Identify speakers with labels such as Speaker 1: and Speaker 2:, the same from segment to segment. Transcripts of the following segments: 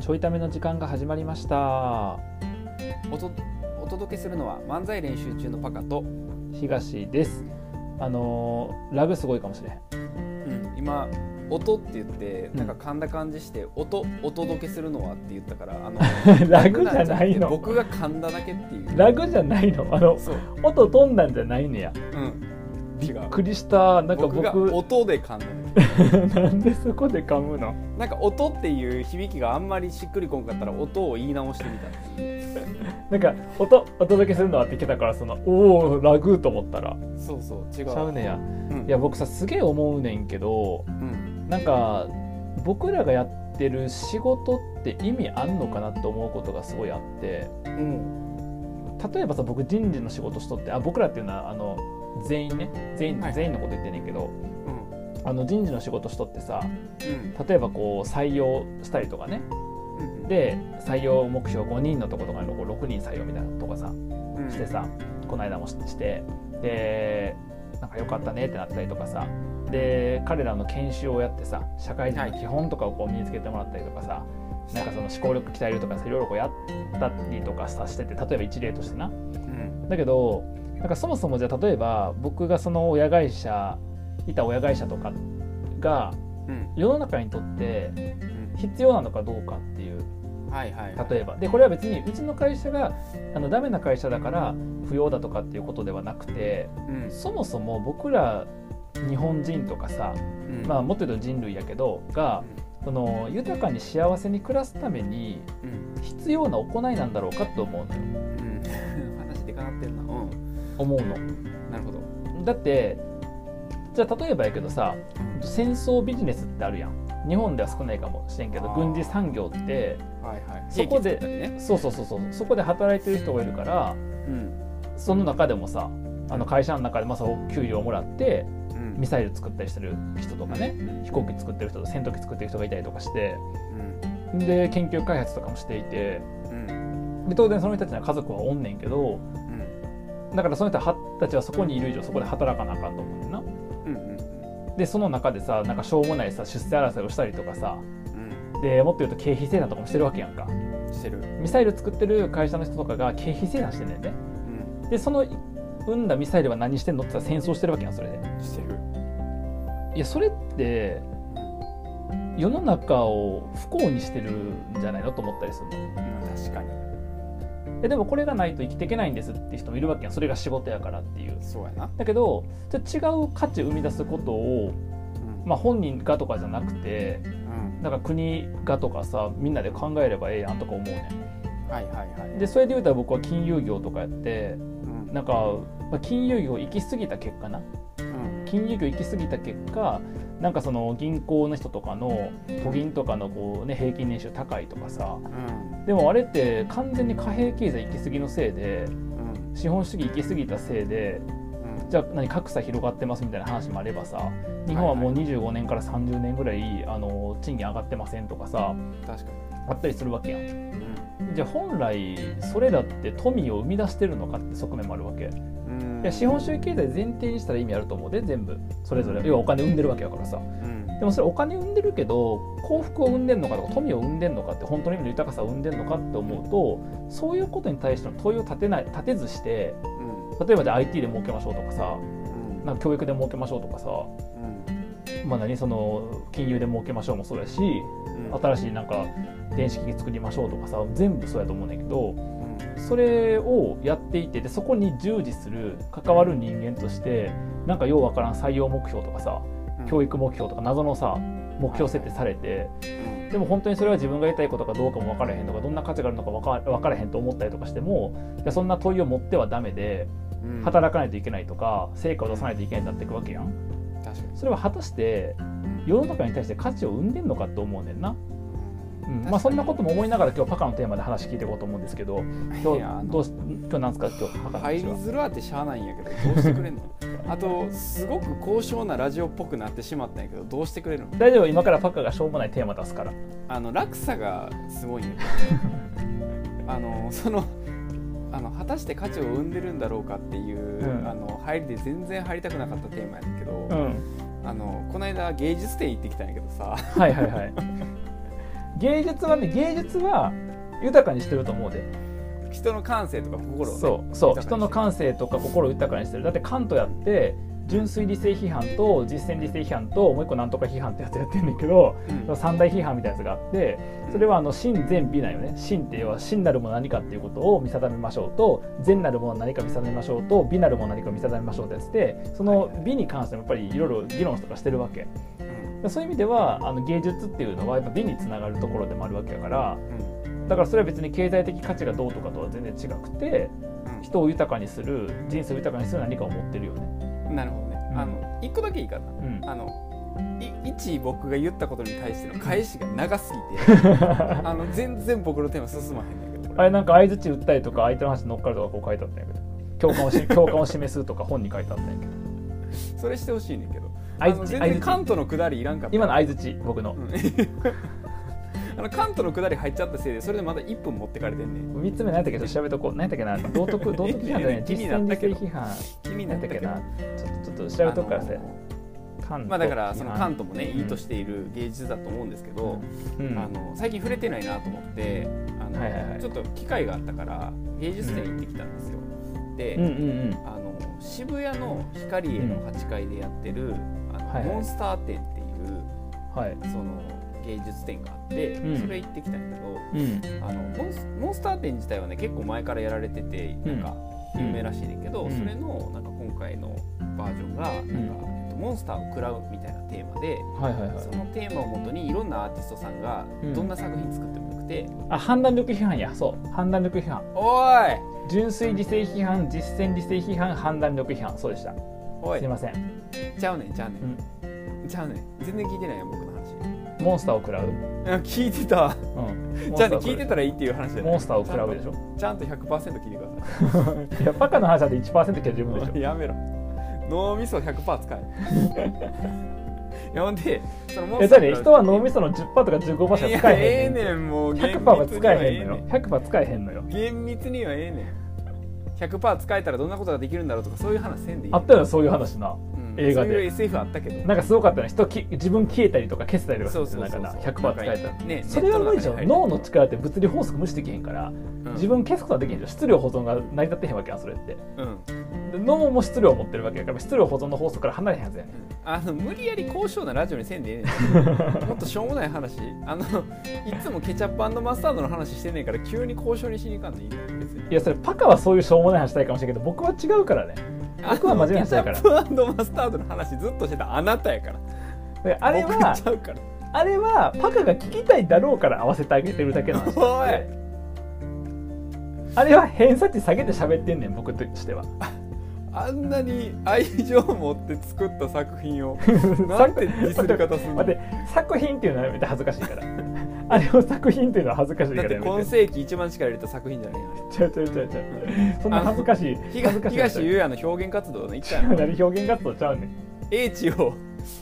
Speaker 1: ちょいための時間が始まりました
Speaker 2: おとお届けするのは漫才練習中のパカと、
Speaker 1: 東ですあのーラグすごいかもしれん
Speaker 2: 今「音」って言って
Speaker 1: うん
Speaker 2: なんか噛んだ感じして「音お届けするのは」って言ったからあの
Speaker 1: ラグじゃない
Speaker 2: ラ
Speaker 1: の
Speaker 2: グんじゃなくて僕が噛んだだけっていう
Speaker 1: ラグじゃないのあの
Speaker 2: そう
Speaker 1: 音飛んだんじゃないのや
Speaker 2: うん
Speaker 1: び
Speaker 2: 違
Speaker 1: っ
Speaker 2: う
Speaker 1: くりしたなんか
Speaker 2: 僕
Speaker 1: 僕
Speaker 2: が音で噛んだだけ
Speaker 1: なんでそこで噛むの
Speaker 2: なんか音っていう響きがあんまりしっくりこんかったら音を言い直してみたっていう
Speaker 1: なんか音お届けするのはってきたからそのおおラグと思ったら
Speaker 2: そうそう違
Speaker 1: ち
Speaker 2: う
Speaker 1: ゃうねや
Speaker 2: うん
Speaker 1: いや僕さすげえ思うねんけど
Speaker 2: うん
Speaker 1: なんか僕らがやってる仕事って意味あんのかなって思うことがすごいあって
Speaker 2: うん
Speaker 1: 例えばさ僕人事の仕事しとってあ僕らっていうのはあの全員ね全員
Speaker 2: はい
Speaker 1: 全員のこと言ってんねんけど、
Speaker 2: うん
Speaker 1: あの人事の仕事しとってさ
Speaker 2: うん
Speaker 1: 例えばこう採用したりとかね
Speaker 2: うん
Speaker 1: で採用目標5人のとことかのこう6人採用みたいなのとかさ
Speaker 2: うん
Speaker 1: してさこの間もししてでなんか良かったねってなったりとかさで彼らの研修をやってさ社会人の基本とかをこう身につけてもらったりとかさ、なんかその思考力鍛えるとかさいろいろこうやったりとかさしてて例えば一例としてな
Speaker 2: うん
Speaker 1: だけどなんかそもそもじゃあ例えば僕がその親会社いた親会社とかが
Speaker 2: うん
Speaker 1: 世の中にとって
Speaker 2: う
Speaker 1: 必要なのかどうかっていうん
Speaker 2: はいはいはい
Speaker 1: 例えばでこれは別にうちの会社があのダメな会社だから不要だとかっていうことではなくて
Speaker 2: うん
Speaker 1: そもそも僕ら日本人とかさ、
Speaker 2: うん
Speaker 1: まあ、もっと言うと人類やけどがその豊かに幸せに暮らすために
Speaker 2: うん
Speaker 1: 必要な行いなんだろうかって思うのよ
Speaker 2: うん話でかなってるなうん
Speaker 1: 思うの
Speaker 2: なるほど
Speaker 1: だってじゃあ例えばやけどさ戦争ビジネスってあるやん日本では少ないかもしれんけど
Speaker 2: あー
Speaker 1: 軍事産業って
Speaker 2: はいはい
Speaker 1: そこで
Speaker 2: 利益作ったりね
Speaker 1: そうそうそうそうそこで働いてる人がいるから
Speaker 2: うん
Speaker 1: その中でもさあの会社の中でまあその給料をもらって
Speaker 2: うん
Speaker 1: ミサイル作ったりしてる人とかね飛行機作ってる人と戦闘機作ってる人がいたりとかして
Speaker 2: うん
Speaker 1: で研究開発とかもしていて
Speaker 2: うん
Speaker 1: で当然その人たちの家族はおんねんけどだからその人たちはそこにいる以上そこで働かなあかんと思うねんな。
Speaker 2: うんうん
Speaker 1: でその中でさなんかしょうもないさ出世争いをしたりとかさ
Speaker 2: うん
Speaker 1: でもっと言うと経費精算とかもしてるわけやんか
Speaker 2: うんしてる
Speaker 1: ミサイル作ってる会社の人とかが経費精算してんねんね
Speaker 2: う
Speaker 1: でその生んだミサイルは何してんのって言ったら戦争してるわけやんそれで
Speaker 2: んしてる
Speaker 1: いやそれって世の中を不幸にしてるんじゃないのと思ったりするの
Speaker 2: 確かに
Speaker 1: えでもこれがないと生きていけないんですっていう人もいるわけやんそれが仕事やからっていう
Speaker 2: そうやな
Speaker 1: だけどじゃあ違う価値を生み出すことを、
Speaker 2: うん
Speaker 1: まあ、本人がとかじゃなくて
Speaker 2: うん
Speaker 1: なんか国がとかさみんなで考えればええやんとか思うね
Speaker 2: はいはいはい
Speaker 1: んでそれで言うたら僕は金融業とかやって
Speaker 2: うん
Speaker 1: なんか、まあ、金融業行き過ぎた結果な
Speaker 2: うん
Speaker 1: 金融業行き過ぎた結果なんかその銀行の人とかの都銀とかのこう、ね、平均年収高いとかさ
Speaker 2: うん
Speaker 1: でもあれって完全に貨幣経済行き過ぎのせいで
Speaker 2: うん
Speaker 1: 資本主義行き過ぎたせいで
Speaker 2: うん
Speaker 1: じゃあ何格差広がってますみたいな話もあればさ日本はもう
Speaker 2: はい
Speaker 1: 25年から30年ぐらいあの賃金上がってませんとかさ
Speaker 2: 確か
Speaker 1: あったりするわけやん
Speaker 2: に
Speaker 1: じゃあ本来それだって富を生み出してるのかって側面もあるわけ
Speaker 2: うん
Speaker 1: いや資本主義経済前提にしたら意味あると思うで全部それぞれ要はお金生んでるわけやからさ
Speaker 2: うん
Speaker 1: でもそれお金生んでるけど幸福を生んでんのかとか富を生んでんのかって本当の意味の豊かさを生んでんのかって思うとそういうことに対しての問いを立てない立てずして
Speaker 2: うん
Speaker 1: 例えばじゃあ IT で儲けましょうとかさ
Speaker 2: うん
Speaker 1: なんか教育で儲けましょうとかさ、まあ、何その金融で儲けましょうもそうやし
Speaker 2: うんうん
Speaker 1: 新しいなんか電子機器作りましょうとかさ全部そうやと思うねんだけど
Speaker 2: うん
Speaker 1: それをやっていてでそこに従事する関わる人間としてなんかようわからん採用目標とかさ
Speaker 2: うん
Speaker 1: 教育目標とか謎のさ目標設定されて
Speaker 2: うん
Speaker 1: でも本当にそれは自分がやりたいことかどうかも分からへんとかどんな価値があるのか分か分からへんと思ったりとかしてもいやそんな問いを持ってはダメで
Speaker 2: うん
Speaker 1: 働かないといけないとか成果を出さないといけないになっていくわけやん
Speaker 2: 確かに
Speaker 1: それは果たして世の中に対して価値を生んでんのかって思うねんな、うんまあ、そんなことも思いながら今日パカのテーマで話聞いていこうと思うんですけど
Speaker 2: いや
Speaker 1: 今
Speaker 2: あ
Speaker 1: 日
Speaker 2: の
Speaker 1: どうし今日なんですか今日パカの
Speaker 2: 入
Speaker 1: 話
Speaker 2: り
Speaker 1: は
Speaker 2: づらってしゃあないんやけどどうしてくれんの あとすごく高尚なラジオっぽくなってしまったんやけどどうしてくれるの
Speaker 1: 大丈夫今からパカがしょうもないテーマ出すから
Speaker 2: あの落差がすごいんやけ どあのそのあの果たして価値を生んでるんだろうかっていう、
Speaker 1: うん
Speaker 2: あの入りで全然入りたくなかったテーマやねんけど、
Speaker 1: うん
Speaker 2: あのこの間芸術展行ってきたんやけどさ
Speaker 1: はいはいはい芸術はね芸術は豊かにしてると思うで
Speaker 2: 人の感性とか心を、ね、
Speaker 1: そうそう
Speaker 2: 豊
Speaker 1: 人
Speaker 2: かにして
Speaker 1: の感性とか心を豊かにしてるだってカントやって純粋理性批判と実践理性批判ともう一個なんとか批判ってやつやってんだけど
Speaker 2: うん
Speaker 1: 三大批判みたいなやつがあってそれはあの真善美なんよね真っていうのは真なるもの何かっていうことを見定めましょうと善なるもの何か見定めましょうと美なるもの何か見定めましょうってやつでその美に関してもやっぱりいろいろ議論とかしてるわけ
Speaker 2: うん
Speaker 1: そういう意味ではあの芸術っていうのはやっぱ美につながるところでもあるわけやから
Speaker 2: うん
Speaker 1: だからそれは別に経済的価値がどうとかとは全然違くて人を豊かにする人生を豊かにする何かを持ってるよね。
Speaker 2: うんなるほどね、
Speaker 1: うん
Speaker 2: あの一個だけいいかな
Speaker 1: うん、
Speaker 2: あのい一僕が言ったことに対しての返しが長す ぎてあの全然僕のテーマ進まへんねんけどこ
Speaker 1: あ
Speaker 2: れ
Speaker 1: れなんか相槌打ったりとか相手の話に乗っかるとかこう書いてあったんやけど共感を し共感を示すとか本に書いてあったんやけど
Speaker 2: それしてほしいねんけどあ
Speaker 1: 相
Speaker 2: の
Speaker 1: 槌
Speaker 2: 全
Speaker 1: 相
Speaker 2: 然
Speaker 1: 槌
Speaker 2: カントのくだりいらんかった
Speaker 1: 今の相槌僕の
Speaker 2: う、ん あのカントのくだり入っちゃったせいでそれでまだ1分持ってかれてんねん
Speaker 1: 三3つ目何やったっけちょっと調べとこう何やったっけな道 徳道徳批判じゃない
Speaker 2: 気
Speaker 1: 実
Speaker 2: にな
Speaker 1: 践
Speaker 2: ったけど
Speaker 1: 理性批判
Speaker 2: 君に
Speaker 1: 何や
Speaker 2: な
Speaker 1: っ
Speaker 2: ったた
Speaker 1: っけ
Speaker 2: けど
Speaker 1: なちょっとちょっと調べとくからせ関
Speaker 2: まあだからそのカン
Speaker 1: 東
Speaker 2: トもねいいとしている芸術だと思うんですけど、
Speaker 1: うん
Speaker 2: あの最近触れてないなと思ってあの、
Speaker 1: はいはいはい
Speaker 2: ちょっと機会があったから芸術展行ってきたんですよ。で、
Speaker 1: うんうん
Speaker 2: あの渋谷の光栄の8階でやってる、あの
Speaker 1: はいはい
Speaker 2: モンスター展っていう
Speaker 1: うんはい
Speaker 2: その芸術展があって、
Speaker 1: うん
Speaker 2: それ行ってきたんだけ
Speaker 1: う
Speaker 2: ど
Speaker 1: ん
Speaker 2: あのモンスモンスター展自体はね結構前からやられててなんか
Speaker 1: うん
Speaker 2: 有名らしいねんけど、
Speaker 1: うん
Speaker 2: それのなんか今回のバージョンがなんか、
Speaker 1: うん
Speaker 2: えっとモンスターを食らうみたいなテーマで。
Speaker 1: はいはいはい
Speaker 2: そのテーマをもとにいろんなアーティストさんが
Speaker 1: うん
Speaker 2: どんな作品作ってもよくて、
Speaker 1: あ判断力批判やそう判断力批判
Speaker 2: おい
Speaker 1: 純粋理性批判実践理性批判判断力批判そうでした
Speaker 2: おい
Speaker 1: すいません
Speaker 2: ちゃうねんちゃうねん、ちゃうねん全然聞いてないよ僕の話
Speaker 1: モンスターを食らう
Speaker 2: あ聞いてた
Speaker 1: うん
Speaker 2: じゃあね聞いてたらいいっていう話じゃない
Speaker 1: モンスターを食らうでしょ
Speaker 2: ちゃんとちゃんと100%聞いてくださ
Speaker 1: いやバカの話だって1%けど自分でしょ
Speaker 2: いやめろ脳みそ100%使え いやほんでそのモ
Speaker 1: え
Speaker 2: ン
Speaker 1: だって人は脳みその10%とか15%し
Speaker 2: い
Speaker 1: か
Speaker 2: や
Speaker 1: 使
Speaker 2: え
Speaker 1: えへ
Speaker 2: え
Speaker 1: んのよ
Speaker 2: ねんもう
Speaker 1: 100%は使えへんの
Speaker 2: の
Speaker 1: よ100%使えへんのよ
Speaker 2: 厳密にはええねん100%使えたらどんなことができるんだろうとかそういう話せんでいい
Speaker 1: あったよなそういう話な
Speaker 2: うん
Speaker 1: 映画で
Speaker 2: そういう SF あったけど
Speaker 1: なんかすごかったね人き自分消えたりとか消せたりとかす
Speaker 2: そ
Speaker 1: る
Speaker 2: うそうそうそう
Speaker 1: なんかな100%使えたら
Speaker 2: ね
Speaker 1: それは無理じゃん
Speaker 2: ネッ
Speaker 1: 脳の力って物理法則無視できへんから
Speaker 2: トの中に入る
Speaker 1: 自分消すことはできへんじゃん質量保存が成り立ってへんわけやんそれって
Speaker 2: うんうん
Speaker 1: で脳も質量を持ってるわけやから質量保存の法則から離れへんはずやねん
Speaker 2: あの無理やり高尚なラジオにせんでええ ねんもっとしょうもない話あのいつもケチャップマスタードの話してんねんから急に交渉にしに行かんでいいねん別に
Speaker 1: いやそれパカはそういうしょうもない話したいかもしれんけど僕は違うからね僕は真面目な話やから
Speaker 2: あのケチャップマスタードの話ずっとしてたあなたやから
Speaker 1: であれ
Speaker 2: 僕ちゃ
Speaker 1: は
Speaker 2: うから
Speaker 1: あれはパカが聞きたいだろうから合わせてあげてるだけなん です
Speaker 2: おい
Speaker 1: あれは偏差値下げて喋ってんねん僕としては
Speaker 2: あんなに愛情を持って作った作品を なんてディスり方すんの
Speaker 1: 待
Speaker 2: だ
Speaker 1: って作品っていうのはやめて恥ずかしいから あれを作品っていうのは恥ずかし いか
Speaker 2: っ
Speaker 1: ら
Speaker 2: て
Speaker 1: やめ
Speaker 2: 今
Speaker 1: て
Speaker 2: 世紀一番力入れた作品じゃないよ
Speaker 1: ちょいちょいちょいちょいそんな恥ずかしい恥
Speaker 2: 東
Speaker 1: ずかしい
Speaker 2: 東優也の表現活動の一回
Speaker 1: 何表現活動ちゃうねん
Speaker 2: 英知を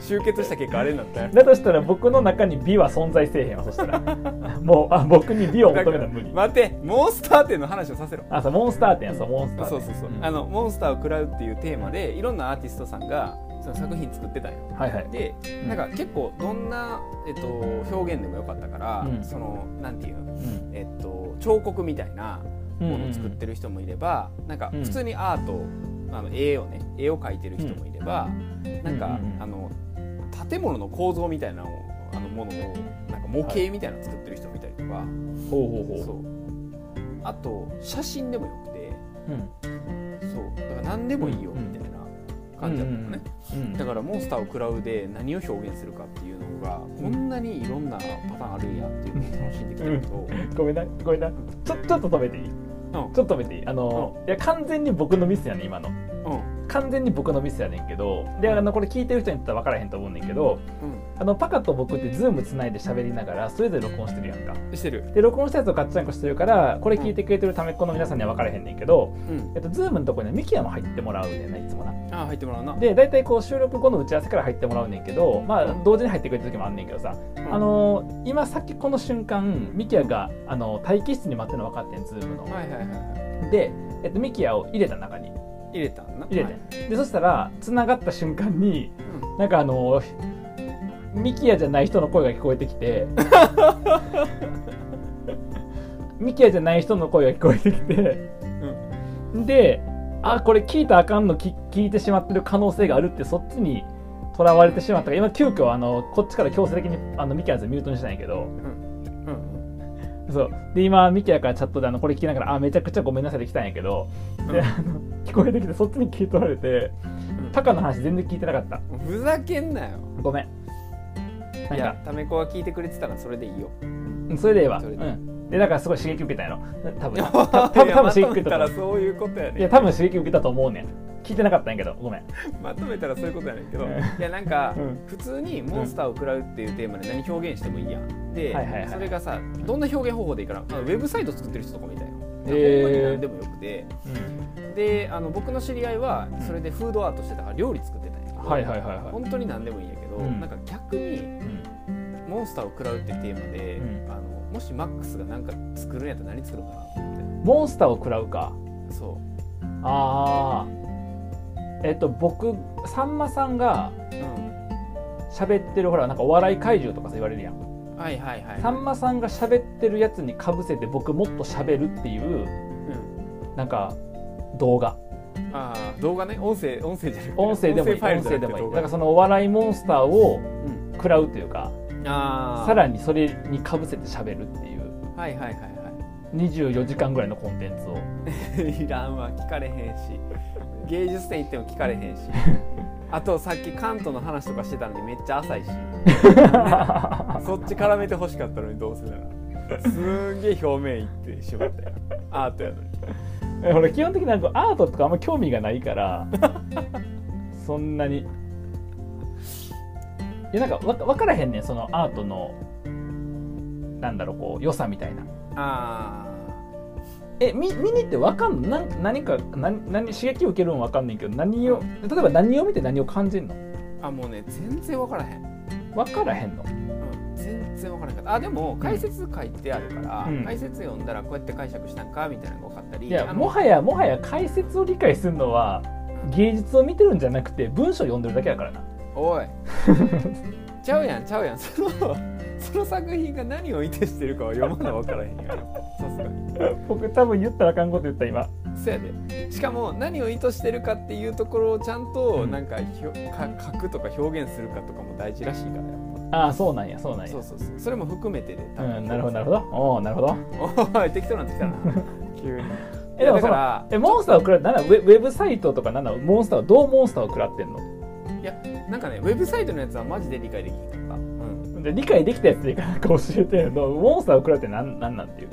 Speaker 2: 集結した結果あれになったよ
Speaker 1: だとしたら僕の中に美は存在せえへんわそしたら もうあ僕に美を求めたら無理
Speaker 2: 待てモンスター展の話をさせろ
Speaker 1: あそうモンスターってやそうモンスター
Speaker 2: そうそうそう、
Speaker 1: ん
Speaker 2: あのモンスターを食らうっていうテーマでいろんなアーティストさんがその作品作ってたんよ
Speaker 1: はいはい
Speaker 2: で
Speaker 1: ん
Speaker 2: なんか結構どんな、えっと、表現でもよかったから、
Speaker 1: うん
Speaker 2: そのなんていうの、えっと、彫刻みたいな
Speaker 1: うん
Speaker 2: ものを作ってる人もいれば、なんか
Speaker 1: うん
Speaker 2: 普通にアートあの絵をね絵を描いてる人もいれば、なんか、
Speaker 1: うんうんうん
Speaker 2: あの建物の構造みたいなのをあのものをなんか模型みたいなの作ってる人もいたりとか、
Speaker 1: ほうほう
Speaker 2: そ
Speaker 1: ほ
Speaker 2: うあと写真でもよくて。
Speaker 1: ううん
Speaker 2: そうだから何でもいいよみたいな感じだったのね、
Speaker 1: うん
Speaker 2: だからモンスターを食らうで何を表現するかっていうのがこんなにいろんなパターンあるんやっていうのを楽しんできたけど、
Speaker 1: ごめんなごめんなちょちょっと止めていいちょっと止めていいあの、いや完全に僕のミスやねん今の
Speaker 2: うんうん
Speaker 1: 完全に僕のミスやねんけどであのこれ聞いてる人にとっては分からへんと思うねんけどあのパカと僕ってズームつないで喋りながらそれぞれ録音してるやんか
Speaker 2: うんしてる、
Speaker 1: で録音したやつをガッチャンコしてるからこれ聞いてくれてるためっ子の皆さんには分からへんねんけど、
Speaker 2: うん、
Speaker 1: えっと、ズームのとこにはミキヤも入ってもらうねんないつもな
Speaker 2: あー入ってもらうな
Speaker 1: で大体こう収録後の打ち合わせから入ってもらうねんけどまあ同時に入ってくれた時もあんねんけどさ、
Speaker 2: うん
Speaker 1: あのー今さっきこの瞬間ミキヤがあの待機室に待ってるの分かってんズームの
Speaker 2: はいはいはいは
Speaker 1: で、えっと、ミキヤを入れた中に
Speaker 2: い入れたんな
Speaker 1: 入れてん、
Speaker 2: はい
Speaker 1: でそしたら繋がった瞬間に
Speaker 2: うん
Speaker 1: なんかあのミキヤじゃない人の声が聞こえてき てミキヤじゃない人の声が聞こえてきて、であこれ聞いたらあかんの聞聞いてしまってる可能性があるってそっちにとらわれてしまったから今急遽あのこっちから強制的にあのミキヤのやつミュートにしたんやけど
Speaker 2: うん
Speaker 1: そうで今ミキヤからチャットであのこれ聞きながらあめちゃくちゃごめんなさいで来たんやけどであの聞こえてきてそっちに聞い取られて
Speaker 2: うん
Speaker 1: タカの話全然聞いてなかった
Speaker 2: うんふざけんなよ
Speaker 1: ごめんなん
Speaker 2: い
Speaker 1: か
Speaker 2: やタメ子が聞いてくれてたらそれでいいよ
Speaker 1: うんそれでええわ
Speaker 2: それで
Speaker 1: うん、でだからすごい刺激受けたんやろ多分た多分多分刺激
Speaker 2: まと
Speaker 1: 受
Speaker 2: め
Speaker 1: け
Speaker 2: た
Speaker 1: た
Speaker 2: ら
Speaker 1: と思
Speaker 2: そういうことや
Speaker 1: う
Speaker 2: ね
Speaker 1: いや多分刺激受けたと思うねん聞いてなかったんやけどごめん
Speaker 2: まとめたらそういうことやねんけど、
Speaker 1: うん
Speaker 2: いやなんか、
Speaker 1: うん
Speaker 2: 普通にモンスターを食らうっていうテーマで何表現してもいいやんで、
Speaker 1: はいはいはい
Speaker 2: それがさどんな表現方法でいいかなあのウェブサイト作ってる人とかみたいな、
Speaker 1: へー
Speaker 2: ほんまに何でもよくてであの僕の知り合いはそれでフードアートしてたから料理作ってたんやけど、
Speaker 1: はいはいはいはい
Speaker 2: 本当に何でもいいんやけど、
Speaker 1: うん
Speaker 2: なんか逆に
Speaker 1: うん
Speaker 2: モンスターを食らうってテーマで、
Speaker 1: うん
Speaker 2: あのもしマックスが何か作るんやったら何作るかなと思っ
Speaker 1: モンスターを食らうか
Speaker 2: てそ
Speaker 1: あーえっと僕さんまさんが
Speaker 2: う、う
Speaker 1: 喋ってるほらなんかお笑い怪獣とかさ言われるやん
Speaker 2: ん、はいはいはい
Speaker 1: さんまさんが喋ってるやつにかぶせて僕もっと喋るっていう
Speaker 2: うん
Speaker 1: なんか動画
Speaker 2: ああ動画ね音声音声じゃなくて
Speaker 1: 音声でもいい
Speaker 2: ファイル
Speaker 1: 音
Speaker 2: じ
Speaker 1: 声
Speaker 2: ゃな
Speaker 1: で
Speaker 2: く
Speaker 1: も
Speaker 2: て
Speaker 1: いいだ
Speaker 2: 動
Speaker 1: か
Speaker 2: 画
Speaker 1: らそのお笑いモンスターを
Speaker 2: うん
Speaker 1: 食らうというか
Speaker 2: ああ
Speaker 1: さらにそれにかぶせて喋るっていう
Speaker 2: はいはいはい
Speaker 1: 24時間ぐらいのコンテンツを
Speaker 2: はい いらんわ聞かれへんし芸術展行っても聞かれへ んしあとさっき関東の話とかしてたのにめっち ゃ浅いしそっち絡めてほしかったのにどうせならすんげえ表面いってしまったよアートやのに
Speaker 1: え俺基本的になんかアートとかあんま興味がないから そんなにいやなんかわ分からへんねんそのアートのなんだろうこう良さみたいな
Speaker 2: あ
Speaker 1: え見見に行って分かんのなん何か何何刺激を受けるん分かんないけど何を例えば何を見て何を感じるの
Speaker 2: ああもうね全然分からへん
Speaker 1: 分からへんの
Speaker 2: うん全然分からなかったあでも解説書いてあるから、
Speaker 1: うん
Speaker 2: 解説読んだらこうやって解釈したんかみたいなのが分かったり
Speaker 1: いや
Speaker 2: あの
Speaker 1: もはやもはや解説を理解するのは芸術を見てるんじゃなくて文章を読んでるだけだからな
Speaker 2: お いちゃうやんちゃうやんその その作品が何を意図してるかは読まな分からへんやんさすがに
Speaker 1: 僕多分言ったらあかんこと言った今
Speaker 2: そやでしかも何を意図してるかっていうところをちゃんと
Speaker 1: うん
Speaker 2: なんかひょか書くとか表現するかとかも大事らしいからやっ
Speaker 1: ああそうなんやそうな
Speaker 2: ぱ
Speaker 1: んや
Speaker 2: そうそうそうそれも含めてで多分
Speaker 1: うん、なるほどなるほどおおなるほど
Speaker 2: おい適当になってき たな急に
Speaker 1: えでも
Speaker 2: いやだ
Speaker 1: そ
Speaker 2: か
Speaker 1: の
Speaker 2: ら
Speaker 1: えモンスターを食らってなんだウェウェブサイトとかなんだモンスターをどうモンスターを食らってんの
Speaker 2: なんかねウェブサイトのやつはマジで理解できなかった、うん、
Speaker 1: で理解できたやつでいいからなんか教えてよどうモンスターを食らうってなんなんなんていう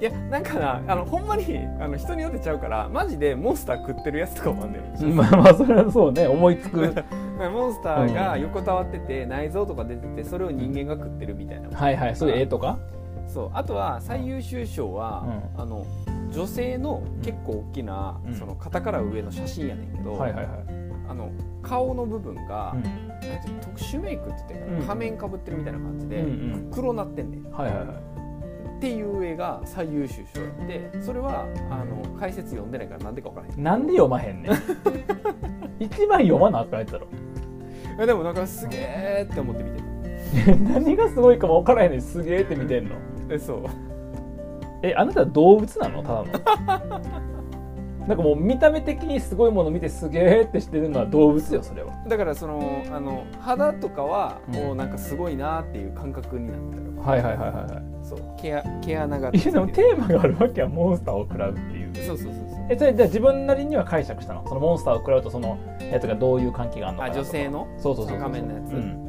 Speaker 2: いやなんかなあのほんまにあの人によってちゃうからマジでモンスター食ってるやつとかもあんだよ、
Speaker 1: まあまあそれはそうね思いつく
Speaker 2: モンスターが横たわってて内臓とか出ててそれを人間が食ってるみたいな、
Speaker 1: はいはいそういう絵とか
Speaker 2: そうあとは最優秀賞は、あの女性の結構大きな、
Speaker 1: うん
Speaker 2: その肩から上の写真やねんけど、
Speaker 1: はいはいはい、
Speaker 2: あの顔の部分が、
Speaker 1: うん
Speaker 2: なんていうの特殊メイクって言ってるかな
Speaker 1: うん
Speaker 2: 仮面かぶってるみたいな感じで、
Speaker 1: うんうん
Speaker 2: 黒なってんねん
Speaker 1: はいはいはい
Speaker 2: っていう絵が最優秀賞やってそれはあの解説読んでないからなんでか分からへん
Speaker 1: なんで読まへん ねん一番読まなあかんやつだろ
Speaker 2: えでもなんかすげえって思って見てた
Speaker 1: 何がすごいかも分からへんねんすげえって見てんの
Speaker 2: えそう
Speaker 1: えあなた動物なのただの なんかもう見た目的にすごいもの見てすげえってしてるのは動物よそれは
Speaker 2: だからそのあの肌とかは
Speaker 1: うん
Speaker 2: もうなんかすごいなっていう感覚になった
Speaker 1: は
Speaker 2: よ、
Speaker 1: いはいはいはいは
Speaker 2: そう毛あ毛穴が
Speaker 1: い
Speaker 2: つい
Speaker 1: いや
Speaker 2: て
Speaker 1: で
Speaker 2: る
Speaker 1: もテーマがあるわけはモンスターを食らうっていう
Speaker 2: そうそうそうそう
Speaker 1: えそれじゃあ自分なりには解釈したのそのモンスターを食らうとそのやつがどういう関係があるのか
Speaker 2: あ
Speaker 1: なとか
Speaker 2: 女性の
Speaker 1: そうそうそうそう
Speaker 2: その仮面のやつ
Speaker 1: うん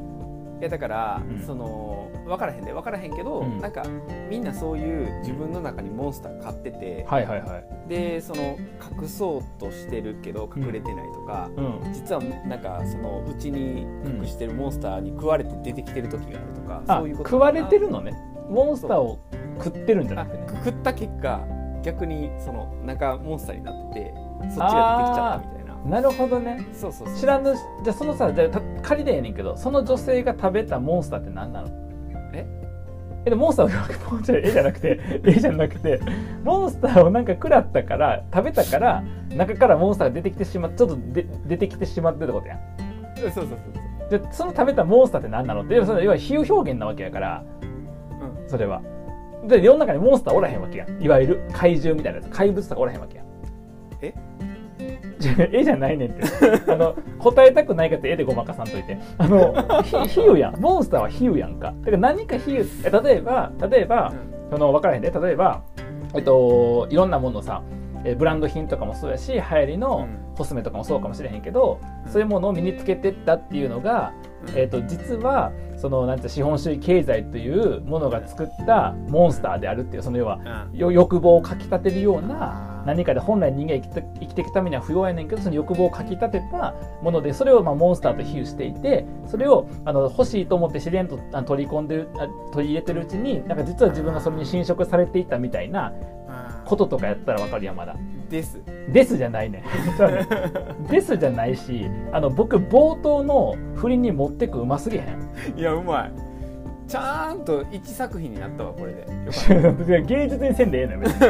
Speaker 2: いやだから、
Speaker 1: うん
Speaker 2: その分からへんで分からへんけど、
Speaker 1: うん
Speaker 2: なんかみんなそういう自分の中にモンスター買ってて、
Speaker 1: はいはいはい
Speaker 2: でその隠そうとしてるけど隠れてないとか、
Speaker 1: うん
Speaker 2: 実はなんかそのうちに隠してるモンスターに食われて出てきてる時があるとか、
Speaker 1: あ
Speaker 2: そういうこと
Speaker 1: 食われてるのねモンスターを食ってるんじゃなくてね
Speaker 2: あ食った結果逆にその中モンスターになっててそっちが出てきちゃったみたいな
Speaker 1: なるほどね
Speaker 2: そうそうそう
Speaker 1: 知らぬじゃあそのさじゃあた仮でやねんけどその女性が食べたモンスターって何なの
Speaker 2: え
Speaker 1: えでモンスターをモンスター絵じゃなくて 絵じゃなくてモンスターをなんか食らったから食べたから中からモンスターが出てきてしまっちょっとで出てきてしまってってことやん
Speaker 2: そうそうそうそう
Speaker 1: じゃあその食べたモンスターって何なのって要はそれ要は比喩表現なわけやから
Speaker 2: うん
Speaker 1: それはで世の中にモンスターおらへんわけやんいわゆる怪獣みたいなやつ怪物とかおらへんわけやん
Speaker 2: え
Speaker 1: じゃあ 絵じゃないねんってあの答えたくないかって絵でごまかさんといてあのひ比喩やんモンスターは比喩やんかだから何か比喩え例えば例えば、その分からへんで例えば、えっと、いろんなものさえーブランド品とかもそうやし流行りの
Speaker 2: うん
Speaker 1: コスメとかもそうかもしれへんけど、
Speaker 2: うん
Speaker 1: そういうものを身につけてったっていうのが、
Speaker 2: うん
Speaker 1: えっと実はそのなんて資本主義経済というものが作ったモンスターであるっていうその要は
Speaker 2: うん
Speaker 1: よ欲望をかきたてるような
Speaker 2: あー
Speaker 1: 何かで本来人間が生きて生きていくためには不要やねんけどその欲望をかきたてたものでそれをまあモンスターと比喩していてそれをあの欲しいと思って自然とあ取り込んでるあ取り入れてるうちになんか実は自分がそれに侵食されていたみたいなこととかやったらわかるやんまだ。
Speaker 2: です
Speaker 1: ですじゃないねちゃうねですじゃないしあの僕冒頭の振りに持ってくうますぎへん
Speaker 2: いやうまいちゃんと一作品になったわこれでよかった
Speaker 1: 芸術にせんでええのよ別に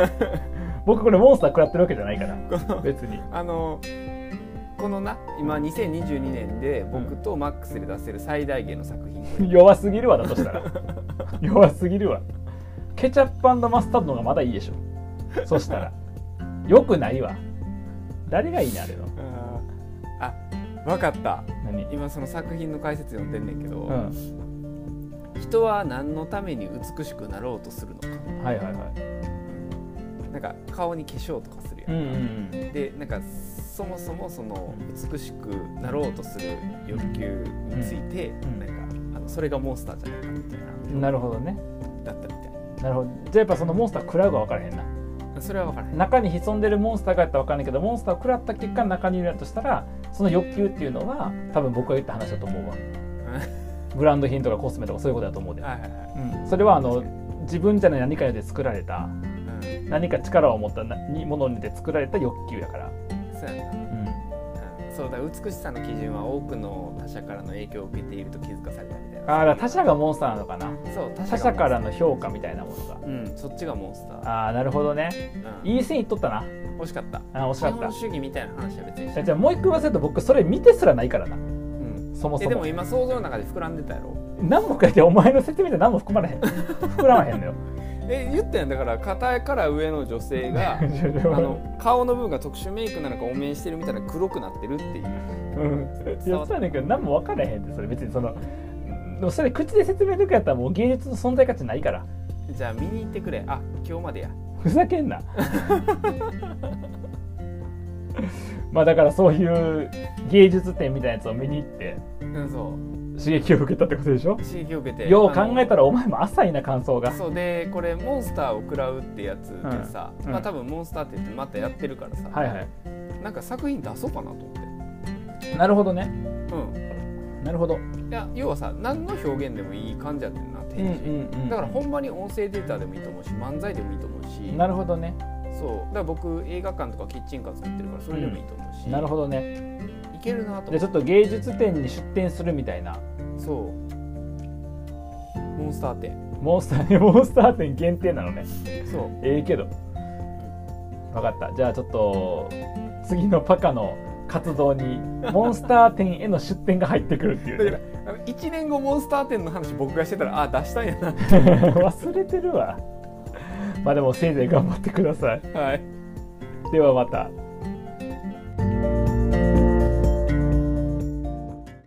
Speaker 1: 僕これモンスター食らってるわけじゃないから
Speaker 2: この
Speaker 1: 別 に。
Speaker 2: あのこのな今2022年で僕とマックスで出せる最大限の作品
Speaker 1: 弱すぎるわだとしたら弱すぎるわケチャップマスタードの方がまだいいでしょそしたらよくないわ誰がいいねあれの
Speaker 2: あ分かった
Speaker 1: 何
Speaker 2: 今その作品の解説読んでんねんけど、
Speaker 1: うん
Speaker 2: 人は何のために美しくなろうとするのか
Speaker 1: はいはいはい
Speaker 2: なんか顔に化粧とかするや、
Speaker 1: うんんうん
Speaker 2: でなんかそもそもその美しくなろうとする欲求について、
Speaker 1: ん
Speaker 2: なんかあのそれがモンスターじゃないかみたい
Speaker 1: うんなるほどね
Speaker 2: なだったみたい
Speaker 1: なるほどじゃあやっぱそのモンスター食らうが分からへんな
Speaker 2: なそれは分からへん
Speaker 1: 中に潜んでるモンスターがやったら分からんけどモンスターを食らった結果中にいるやとしたらその欲求っていうのは多分僕が言った話だと思うわブランド品とかコスメとかそういうことだと思うで、
Speaker 2: はいはいはい
Speaker 1: うん、それはあの自分じゃない何かによって作られた
Speaker 2: うん
Speaker 1: 何か力を持ったなにものにて作られた欲求やから、
Speaker 2: そうやなうんそうだ美しさの基準は多くの他者からの影響を受けていると気づかされたみたいな
Speaker 1: ああだから他者がモンスターなのかな
Speaker 2: そう他者
Speaker 1: 他者
Speaker 2: が
Speaker 1: からの評価みたいなものが
Speaker 2: うんそっちがモンスター
Speaker 1: ああなるほどね
Speaker 2: うん
Speaker 1: いい線いっとったな
Speaker 2: 惜しかった
Speaker 1: あー惜しか
Speaker 2: 資
Speaker 1: った
Speaker 2: 本主義みたいな話は別に
Speaker 1: じ
Speaker 2: し
Speaker 1: ゃ
Speaker 2: て
Speaker 1: あじゃあもう一個忘れると僕それ見てすらないからな
Speaker 2: うん
Speaker 1: そも
Speaker 2: え
Speaker 1: そ
Speaker 2: で
Speaker 1: も
Speaker 2: も今想像の中で膨らんでたやろ
Speaker 1: 何も書いてお前の説明で何も含まれへん 膨らまへんのよ
Speaker 2: え言ったやんだから肩から上の 女性があの顔の部分が特殊メイクなのかお面してるみたいな黒くなってるっていう
Speaker 1: うんいやそうやねんけど何も分からへんってそれ別にそのうんでもそれ口で説明できやったらもう芸術の存在価値ないから
Speaker 2: じゃあ見に行ってくれあ今日までや
Speaker 1: ふざけんな まあだからそういう芸術展みたいなやつを見に行って
Speaker 2: うんそ
Speaker 1: 刺激を受けたってことでしょ
Speaker 2: う刺激を受けて
Speaker 1: よう考えた
Speaker 2: ら
Speaker 1: らお前も浅いな感想が
Speaker 2: そうでこれモンスターを食らうってやつでさ、
Speaker 1: うんうん
Speaker 2: まあ、多分モンスターって言ってまたやってるからさ、
Speaker 1: はいはい
Speaker 2: なんか作品出そうかなと思って、
Speaker 1: なるほどね
Speaker 2: う
Speaker 1: なるほど
Speaker 2: ん、いや要はさ何の表現でもいい感じやってんな展示、だからほんまに音声データでもいいと思うし漫才でもいいと思うし
Speaker 1: なるほどね
Speaker 2: そうだから僕映画館とかキッチンカー作ってるからそれでもいいと思うし、
Speaker 1: なるほどね
Speaker 2: いけるなと
Speaker 1: で
Speaker 2: 思
Speaker 1: ち
Speaker 2: っ
Speaker 1: ょっと芸術展に出展するみたいな
Speaker 2: てそうモンスター展
Speaker 1: モンスター モンスター展限定なのね
Speaker 2: そう
Speaker 1: ええけど分かったじゃあちょっと次のパカの活動にモンスター展への出展が入ってくるっていうね、
Speaker 2: だから1年後モンスター展の話僕がしてたらあ出したんやな
Speaker 1: 忘れ てるわまあでもせいぜい頑張ってください
Speaker 2: はい
Speaker 1: ではまた